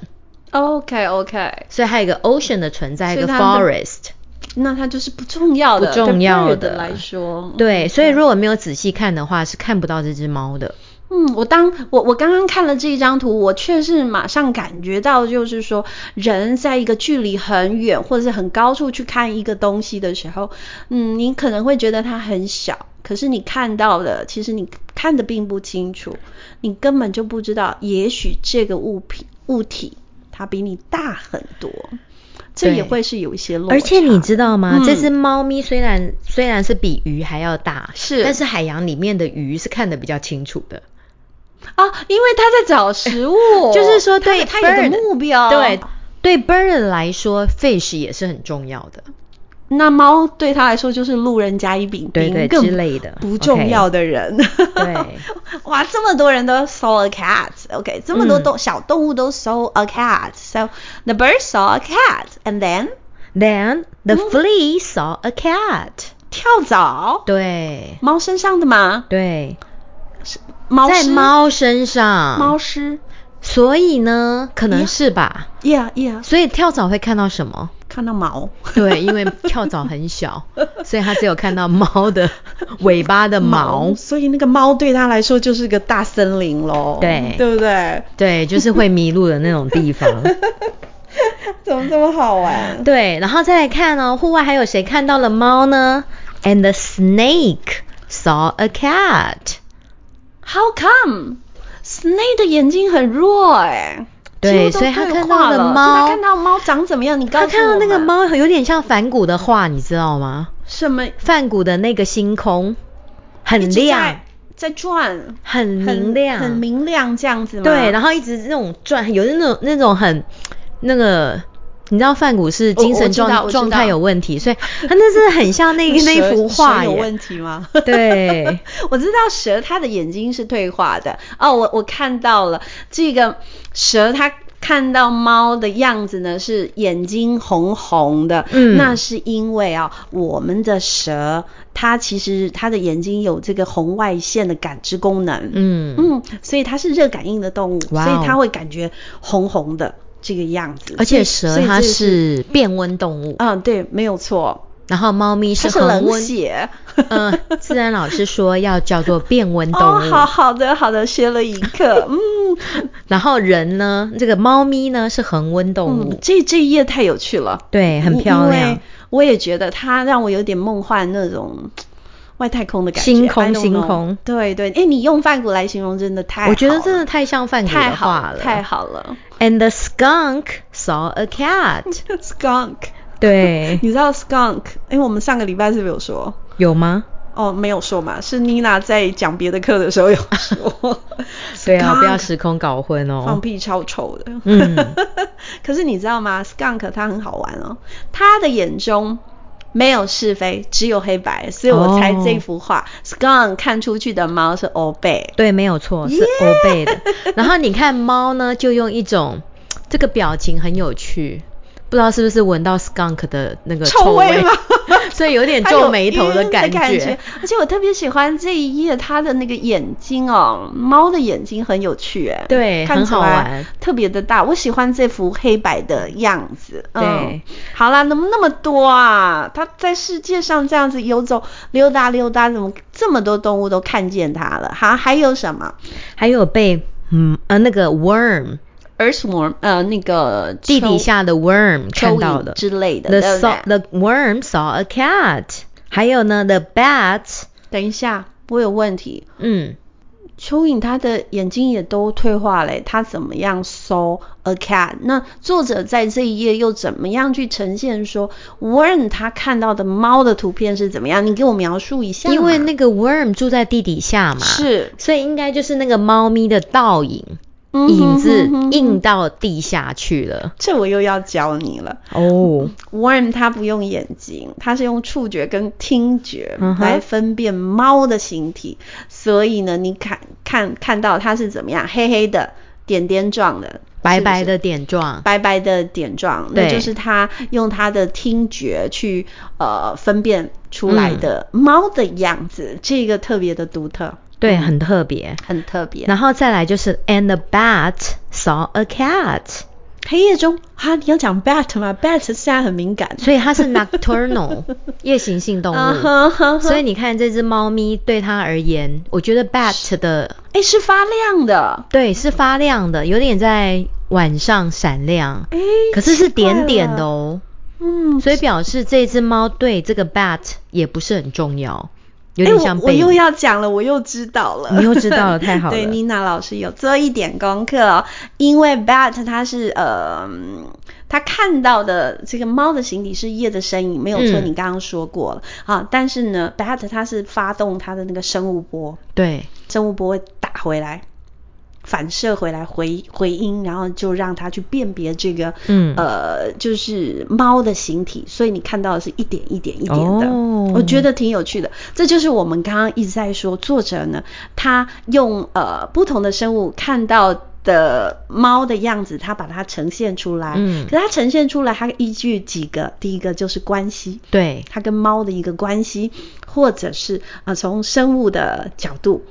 B: OK OK，
A: 所以还有一个 ocean 的存在，一
B: 所以
A: 个
B: 它们
A: forest。
B: 那它就是不重要的，
A: 不重要
B: 的
A: 的
B: 来说，嗯
A: 对，所以如果没有仔细看的话，是看不到这只猫的。
B: 嗯，我当我我刚刚看了这一张图，我确实马上感觉到，就是说人在一个距离很远或者是很高处去看一个东西的时候，嗯，你可能会觉得它很小，可是你看到的，其实你看的并不清楚，你根本就不知道，也许这个物品物体它比你大很多，这
A: 对
B: 也会是有一些落差。
A: 而且你知道吗？
B: 嗯
A: 这只猫咪虽然虽然是比鱼还要大，
B: 是
A: 但是海洋里面的鱼是看得比较清楚的。，
B: 啊，因为它在找食物
A: 就是说
B: 哦它
A: 对
B: 它有
A: bird-
B: 个目标，
A: 对，对 bird 来说，fish 也是很重要的。
B: 那猫对他来说就是路人甲乙丙丁
A: 对对
B: 更
A: 之类的
B: 不重要的人。
A: 对，
B: 哇，这么多人都 saw a cat，OK，、这么
A: 嗯
B: 多动、小动物都 saw a cat，so the bird saw a cat，and then
A: Then the
B: 嗯
A: flea saw a cat。
B: 跳蚤，
A: 对
B: 猫身上的吗？
A: 对，
B: 是猫
A: 在
B: 虱，
A: 猫身上，
B: 猫虱
A: 所以呢，可
B: 哎呀
A: 能是吧。
B: ，yeah yeah，
A: 所以跳蚤会看到 什么？
B: 看到毛，
A: 对，因为跳蚤很小，所以它只有看到猫的尾巴 的毛。
B: 所以那个猫对他来说就是个大森林喽，
A: 对
B: 对不对？
A: 对，就是会迷路的那种 地方。
B: 怎么这么好玩？
A: 对，然后再来看哦，户外还有谁看到了猫呢？And the snake saw a cat。
B: How come Snake 的眼睛很弱哎、几
A: 对
B: 乎都
A: 所以他
B: 退
A: 看
B: 化
A: 到的
B: 了所
A: 猫
B: 以他看到猫长怎么样？你告诉
A: 他
B: 我
A: 看到那个
B: 嘛
A: 猫有点像梵谷的画，你知道吗？
B: 什么
A: 梵谷的那个星空很
B: 一直
A: 亮
B: 在，在转，
A: 很明亮，
B: 很明亮这样子吗？
A: 对，然
B: 后
A: 后一直那种转，有那种那种很那个。你知道梵谷是精
B: 我我
A: 神
B: 知道
A: 状
B: 我知道
A: 状态有问题，所以他那真的很像 那那幅画
B: 有
A: 耶。
B: 问题吗？
A: 对，
B: 我知道蛇它的眼睛是退化的哦，我我看到了这个蛇它。看到猫的样子呢，是眼睛红红的，
A: 嗯
B: 那是因为啊，我们的蛇它其实它的眼睛有这个红外线的感知功能，
A: 嗯
B: 嗯，所以它是热感应的动物，
A: 哇哦
B: 所以它会感觉红红的这个样子，
A: 而且
B: 所以
A: 蛇
B: 所以
A: 它
B: 这是，
A: 是变温动物，
B: 嗯，对，没有错，
A: 然后猫咪
B: 它
A: 是
B: 是
A: 恒
B: 冷
A: 温。
B: 血，
A: 嗯、自然老师说要叫做变温动物。
B: 哦，好好的好的，学了一课， 嗯
A: 然后人呢，这个猫咪呢是恒温动物。
B: 嗯，这这一页太有趣了，
A: 对，很漂
B: 因因
A: 亮
B: 为。我也觉得它让我有点梦幻那种外太空的感觉，
A: 星空
B: I don't know
A: 星空
B: 对对，哎，你用梵谷来形容真的太好了，
A: 我觉得真的太像梵谷
B: 太
A: 的
B: 好
A: 画
B: 了，太好了。
A: And the skunk saw a cat
B: ，skunk。
A: 对，
B: 你知道 skunk？因为我们上个礼拜是不是有说？
A: 有吗？。
B: 哦，没有说嘛，是妮娜在讲别的课的时候有说
A: 对啊，不要
B: skunk
A: 时空搞混
B: 放
A: 哦。
B: 屁超臭的。
A: 嗯
B: 可是你知道吗？skunk 它很好玩哦，它的眼中没有是非，只有黑白，所以我猜
A: 哦
B: 这幅画、skunk 看出去的猫是欧贝。
A: 对，没有错，是
B: Yeah
A: 欧贝的。 然后你看猫呢，就用一种这个表情很有趣，不知道是不是闻到 skunk 的那个
B: 臭
A: 味
B: 味吗
A: 所以有 点
B: 它有
A: 皱眉头
B: 晕的
A: 感
B: 觉而且我特别喜欢这一页它的那个眼睛哦，猫的眼睛很有趣哎，
A: 对
B: 看
A: 很
B: 起
A: 好
B: 来
A: 玩
B: 特别的大。我喜欢这幅黑白的样子。嗯
A: 对，
B: 好啦，怎么那么多啊？它在世界上这样子游走溜达溜达，怎么这么多动物都看见它了？好，还有什么
A: 还有被嗯呃那个 worm
B: ？Earthworm，呃，那个
A: 地
B: 蚯
A: 底下的 worm 看到的
B: 蚯蚓之类的
A: The
B: 对不
A: saw
B: 对
A: the worm saw a cat。还有呢，the bat，
B: 等一下，我有问题。
A: 嗯，
B: 蚯蚓它的眼睛也都退化嘞，它怎么样搜 a cat？那作者在这一页又怎么样去呈现说 Warren 他看到的猫的图片是怎么样？你给我描述一下嘛。
A: 因为那个 worm 住在地底下嘛，，
B: 是
A: 所以应该就是那个猫咪的倒影。影子
B: 嗯哼哼哼
A: 印到地下去了。
B: 这我又要教你了。
A: 哦，
B: Worm 它不用眼睛，它是用触觉跟听觉
A: 嗯哼
B: 来分辨猫的形体，所以呢，你看看看到它是怎么样，黑黑的，点点状的，
A: 白
B: 是不
A: 白
B: 是
A: 的点状。
B: 白白的点状，那
A: 对
B: 就是它用它的听觉去呃分辨出来的猫的样子，这个特别的独特，
A: 对，很特别。
B: 很特别。
A: 然后再来就是 And the bat saw a cat，
B: 黑夜中，哈，你要讲 bat 吗？bat 现在很敏感，
A: 所以 它是 nocturnal 夜行性动
B: 啊
A: 物。
B: 哈哈哈
A: 所以你看这只猫咪对它而言，我觉得 bat 的
B: 哎，是发亮的，
A: 对是发亮的，有点在晚上闪亮，
B: 哎，
A: 可是是点点
B: 奇怪
A: 的
B: 了，
A: 哦。
B: 嗯，
A: 所以表示这只猫对这个 bat 也不是很重要，有
B: 哎，
A: 点像
B: 我我
A: 被
B: 又要讲了，我又知道了，
A: 你又知道 了太好
B: 对
A: 了
B: 妮娜老师有做一点功课哦，因为 bat 它是呃，嗯它看到的这个猫的形体是夜的身影，没有错，
A: 嗯
B: 你刚刚说过了、啊。但是呢，bat 它是发动它的那个生物波，
A: 对
B: 生物波会打回来。反射回来回回音，然后就让它去辨别这个，
A: 嗯
B: 呃，就是猫的形体，所以你看到的是一点一点一点的，
A: 哦
B: 我觉得挺有趣的。这就是我们刚刚一直在说，作者呢，他用呃不同的生物看到。的猫的样子，他把它呈现出来。
A: 嗯
B: 可是它呈现出来，它依据几个，第一个就是关系，
A: 对
B: 它跟猫的一个关系，或者是呃从生物的角度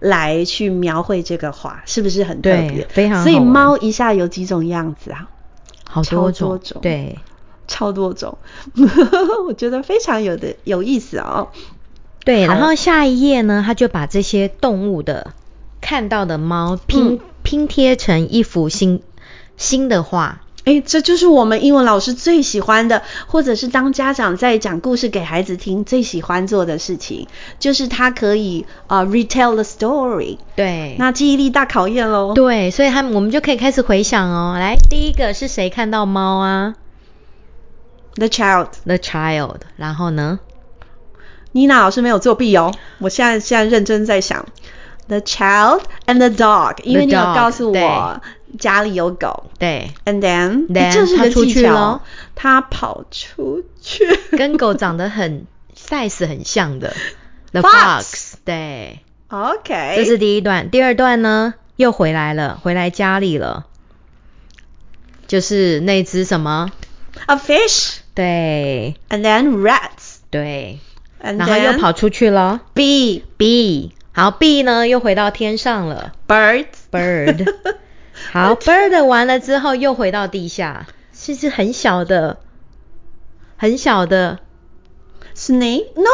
B: 来去描绘这个画，是不是很特
A: 对
B: 别？
A: 非常
B: 所以
A: 好玩
B: 猫一下有几种样子啊？
A: 好
B: 超多
A: 多种
B: 种
A: 对
B: 超多种， 我觉得非常有的有意思哦。
A: 对，然
B: 好
A: 后下一页呢，他就把这些动物的看到的猫拼、
B: 嗯
A: 拼贴成一幅新新的画。
B: 哎，这就是我们英文老师最喜欢的，或者是当家长在讲故事给孩子听最喜欢做的事情，就是他可以呃 retell the story。
A: 对，
B: 那记忆力大考验喽。
A: 对，所以他们我们就可以开始回想哦。来，第一个是谁看到猫啊
B: The child，
A: ？The child。然后呢？
B: 妮娜老师没有作弊哦，我现在现在认真在想。The child and the dog，因为你有
A: dog，
B: 告诉我
A: 对
B: 家里有狗。
A: 对，
B: And then，,
A: Then，
B: 这是
A: 他
B: 个
A: 出
B: 技
A: 去
B: 巧
A: 咯，
B: 他跑出去。
A: 跟狗长得很 size 很像的 The
B: Fox
A: fox。对，
B: OK，
A: 这是第一段。第二段呢，又回来了，回来家里了，就是那只什么？
B: a fish
A: 对
B: and then rats
A: 对，
B: and
A: 然后又
B: then
A: 跑出去了。
B: bee
A: B，好，B 呢又回到天上了
B: birds
A: ，bird。好，bird 完了之后又回到地下，是只很小的、很小的
B: snake no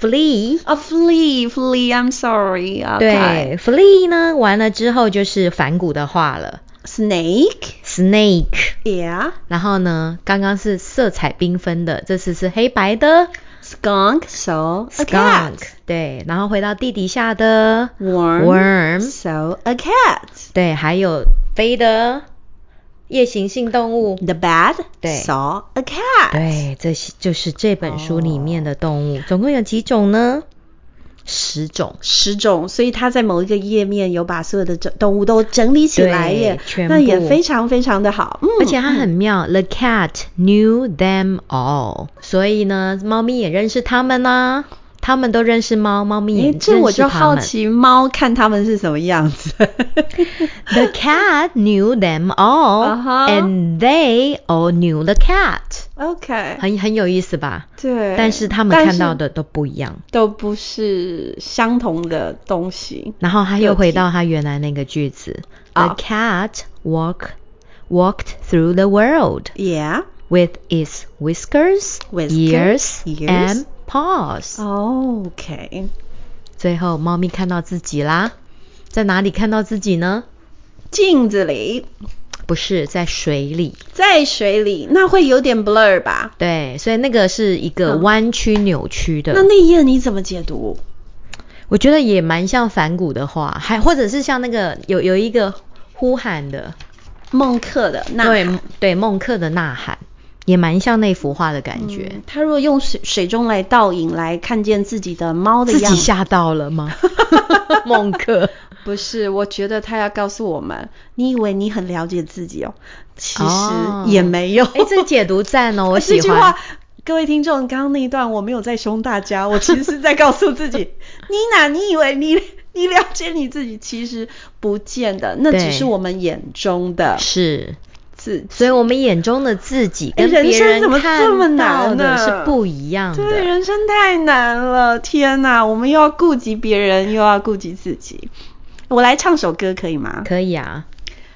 A: flea。
B: a flea flea I'm sorry
A: 对
B: okay
A: ，flea 呢完了之后就是反骨的话了
B: snake
A: ，snake。
B: yeah
A: 然后呢，刚刚是色彩缤纷的，这次是黑白的
B: skunk so a
A: skunk
B: cat。
A: 对，然后回到地底下的
B: worm
A: Worm
B: so a cat
A: 对，还有飞的夜行性动物。
B: the bat
A: 对
B: saw a cat
A: 对，这些就是这本书里面的动物，总共有几种呢？十种。
B: 十种，所以它在某一个页面有把所有的整动物都整理起来
A: 对
B: 耶，
A: 全
B: 那也
A: 部
B: 非常非常的好，嗯，
A: 而且它很妙、t h e cat knew them all，所以呢，猫咪也认识它们啦、它们都认识猫，猫咪
B: 诶
A: 也认识
B: 这
A: 它们。
B: 我就好奇猫看它们是什么样 子。
A: ，The cat knew them
B: 啊
A: all，and、
B: 哈
A: they all knew the cat，
B: OK，
A: 很很有意思吧？
B: 对，
A: 但是他们看到的都不一样。
B: 都不是相同的东西。
A: 然后他又
B: 个
A: 回
B: 体
A: 到他原来那个句子、
B: 啊
A: t h e cat walk walked through the world
B: Yeah，
A: with its whiskers,
B: Whiskers,
A: ears,
B: ears Oh.
A: and paws。
B: 哦 OK，
A: 最后，猫咪看到自己啦，在哪里看到自己呢？
B: 镜子里，
A: 不是在水里，
B: 在水里，那会有点 blur 吧？
A: 对，所以那个是一个
B: 嗯
A: 弯曲扭曲的。
B: 那那页你怎么解读？
A: 我觉得也蛮像反骨的话，还或者是像那个有有一个呼喊的，
B: 孟克的那
A: 对对，孟克的呐喊，也蛮像那幅画的感觉。
B: 嗯他如果用水水中来倒影来看见自己的猫的
A: 自
B: 样
A: 己
B: 子，
A: 吓到了吗？孟克，
B: 不是，我觉得他要告诉我们，你以为你很了解自己哦，其
A: 哦
B: 实也没有。
A: 哎，这个解读赞哦，我
B: 这
A: 喜
B: 句
A: 欢
B: 话。，各位听众，刚刚那一段我没有在凶大家， 我其实是在告诉自己， 妮娜，你以为你你了解你自己，其实不见得，那
A: 对
B: 只是我们眼中的
A: 是，
B: 自己。
A: 所以我们眼中的自己
B: 哎
A: 跟别
B: 人生怎么这么
A: 看到
B: 难
A: 的
B: 呢
A: 是不一样的。
B: 对，人生太难了，天哪！我们又要顾及别人，又要顾及自己。我来唱首歌可以吗？
A: 可以啊。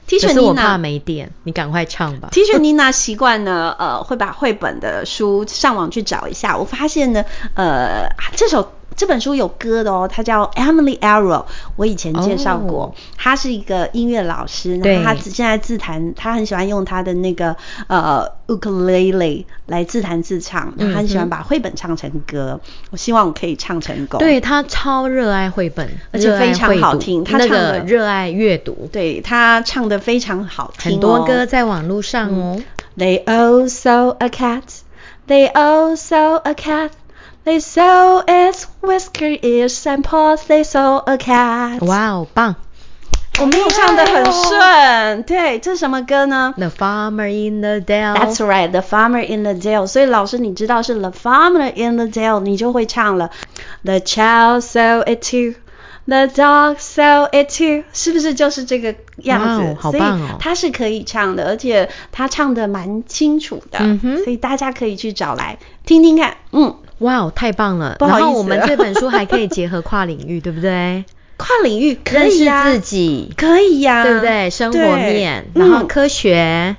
B: T 恤
A: 可是
B: 妮
A: 我怕
B: 娜
A: 没电，你赶快唱吧。
B: T 恤妮娜习惯呢，呃，会把绘本的书上网去找一下。我发现呢，呃，这首这本书有歌的哦，它叫 Emily Arrow，我以前介绍过，
A: 哦
B: 她是一个音乐老师，
A: 对
B: 然后她自现在自弹，她很喜欢用她的那个呃 ukulele 来自弹自唱，
A: 嗯
B: 然后她很喜欢把绘本唱成歌。我希望我可以唱成功。
A: 对他超热爱绘本，
B: 而且
A: 热爱
B: 非常
A: 绘
B: 好
A: 读
B: 听他
A: 那
B: 唱
A: 个
B: 的
A: 热爱阅读，
B: 对她唱的非常好听、哦，
A: 很多歌在网络上哦。
B: They all saw a cat. They all saw a cat. They saw its whisker ears and paws. They saw a cat.！
A: 哇哦，棒
B: 我没有唱的很顺。对，这是什么歌呢
A: ！The farmer in the dell。
B: ？That's right, The Farmer in the Dale。所以老师，你知道是 The Farmer in the Dale，你就会唱了。The child saw it too. The dog saw it too，是不是就是这个样
A: 哇哦
B: 子？
A: 好棒
B: 所
A: 哦
B: 以他是可以唱的，而且他唱的蛮清楚的，
A: 嗯哼
B: 所以大家可以去找来听听看。嗯，
A: 哇哦，太棒了！
B: 不好
A: 然后
B: 意思啊
A: 我们这本书还可以结合跨领域，对 不对？
B: 跨领域可
A: 认
B: 以
A: 识
B: 呀、
A: 自己，
B: 可以呀、
A: 对不对？生活
B: 对
A: 面，然后科学、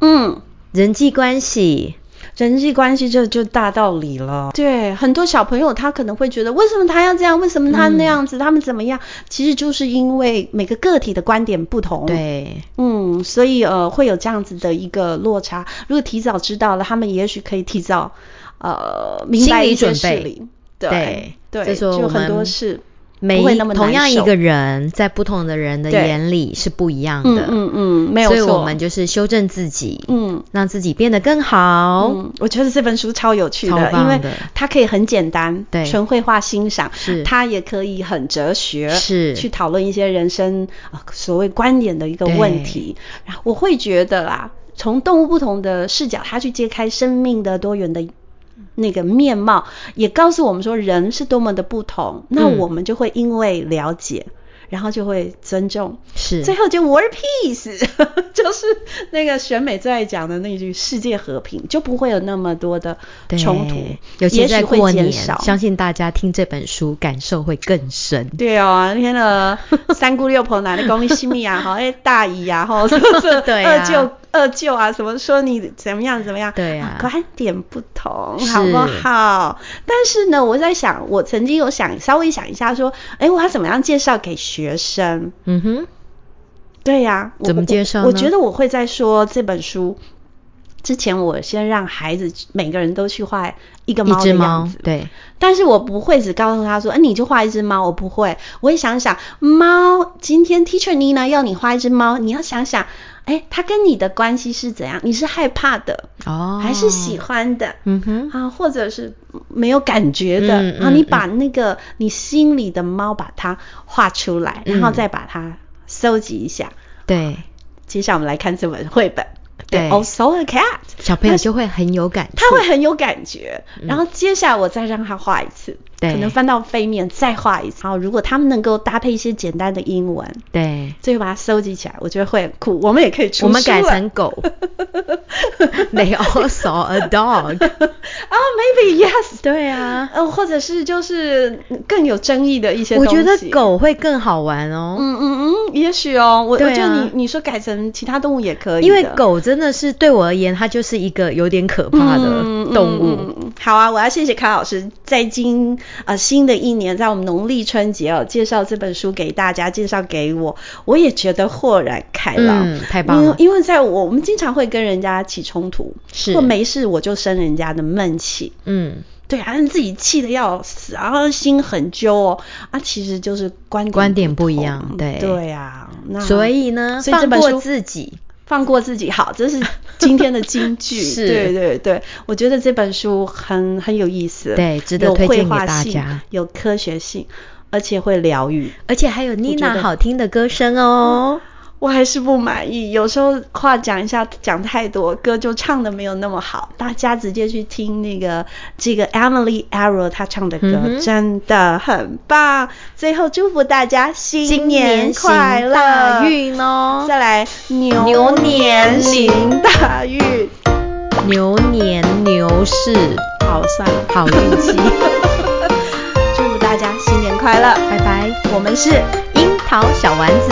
B: 嗯。嗯
A: 人际关系，
B: 人际关系这就大道理了。对，很多小朋友他可能会觉得，为什么他要这样？为什么他那样子？他们怎么样？其实就是因为每个个体的观点不同。
A: 对，
B: 嗯，所以呃会有这样子的一个落差。如果提早知道了，他们也许可以提早呃明白
A: 心理
B: 一些
A: 准备
B: 事理。对
A: 对
B: 对，
A: 这时候
B: 就
A: 我们
B: 很多事
A: 每
B: 不会
A: 一
B: 那么难
A: 同样一
B: 受
A: 个人，在不同的人的
B: 对
A: 眼里是不一样
B: 嗯
A: 的。
B: 嗯嗯，没有
A: 所
B: 错。
A: 以我们就是修正自己，
B: 嗯。
A: 让自己变得更好。
B: 嗯，我觉得这本书超有趣
A: 超
B: 的，
A: 棒
B: 因为
A: 的
B: 它可以很简单，
A: 对
B: 纯绘画欣赏
A: 是，
B: 它也可以很哲学，
A: 是
B: 去讨论一些人生呃所谓观点的一个问题。然后我会觉得啦，从动物不同的视角，它去揭开生命的多元的。那个面貌也告诉我们说，人是多么的不同，那
A: 嗯
B: 我们就会因为了解，然后就会尊重，
A: 是，
B: 最后就 world peace，就是 那个选美最爱讲的那一句“世界和平”，就不会有那么多的
A: 对
B: 冲突，
A: 尤其
B: 也
A: 在
B: 许会
A: 过
B: 减
A: 年，
B: 少。
A: 相信大家听这本书感受会更深。
B: 对哦，那天 的三姑六婆哪里讲你心密啊，哈，哎大姨啊， 哈，这这
A: 对啊
B: 二舅二舅啊，什么说你怎么样怎么样，
A: 对啊
B: 观点不同，
A: 是
B: 好不好？但是呢，我在想，我曾经有想稍微想一下说，哎，我要怎么样介绍给学生？
A: 嗯哼，
B: 对呀、我
A: 怎么
B: 我
A: 介绍
B: 我？我
A: 呢
B: 觉得我会在说这本书之前，我先让孩子每个人都去画一个
A: 一
B: 猫的
A: 只
B: 样
A: 猫
B: 子，，
A: 对，
B: 但是我不会只告诉他说，哎、你就画一只猫，我不会，我会想想猫。今天 teacher 妮呢要你画一只猫，你要想想，哎，它跟你的关系是怎样？你是害怕的，
A: 哦，
B: 还是喜？欢的？
A: 嗯哼，
B: 啊，或者是没有感觉的，
A: 嗯
B: 然后你
A: 嗯
B: 把那个你心里的猫把它画出来，然后
A: 嗯
B: 再把它搜集一下，
A: 对，
B: 接下来我们来看这本绘本。
A: 对
B: also a cat，
A: 小朋友就会很有感触。
B: 他会很有感觉。然后接下来我再让他画一次，
A: 对
B: 可能翻到背面再画一次。然后如果他们能够搭配一些简单的英文，
A: 对，
B: 最后把它收集起来，我觉得会很酷。我们也可以出
A: 我们
B: 书
A: 改
B: 了
A: 成 狗。They all saw a
B: 啊、
A: dog。
B: m a y b e yes，
A: 对啊，
B: 呃，或者是就是更有争议的一些
A: 我
B: 东西。
A: 觉得。狗会更好玩哦，
B: 嗯嗯嗯，也许哦，我、
A: 对啊
B: 我觉得你你说改成其他动物也嗯可以的，
A: 因为狗真的是对我而言，它就是一个有点可怕的
B: 嗯
A: 动物。
B: 嗯嗯嗯好啊，我要谢谢卡老师，在今呃新的一年，在我们农历春节哦，介绍这本书给大家，介绍给我，我也觉得豁然开朗。
A: 嗯太棒了
B: 因为因为在我我们经常会跟人家起冲突，
A: 是
B: 或没事我就生人家的闷气，
A: 嗯，
B: 对啊，让自己气得要死，然后心很揪哦，啊，其实就是观点
A: 观点不一
B: 同
A: 样对
B: 对啊，那
A: 所以呢，
B: 所以这
A: 放
B: 本
A: 过
B: 书
A: 自己，
B: 放过自己，好，这是今天的金 句。
A: 是
B: 对对对，我觉得这本书很很有意思，
A: 对值得
B: 有
A: 推荐
B: 绘
A: 给
B: 画
A: 大
B: 性
A: 家
B: 有科学性。而且会疗愈。
A: 而且还有妮娜好听的歌声哦。
B: 我还是不满意，有时候话讲一下讲太多，歌就唱的没有那么好。大家直接去听那个这个 Emily Arrow 她唱的歌、
A: 嗯哼
B: 真的很棒。最后祝福大家
A: 新
B: 新
A: 年行
B: 快乐，
A: 大运哦
B: 再来牛
A: 牛年行
B: 行大运，
A: 牛年牛市，
B: 好算了，
A: 好运 气
B: 祝福大家新年快乐，
A: 拜拜。
B: 我们是。
A: 樱桃小丸子。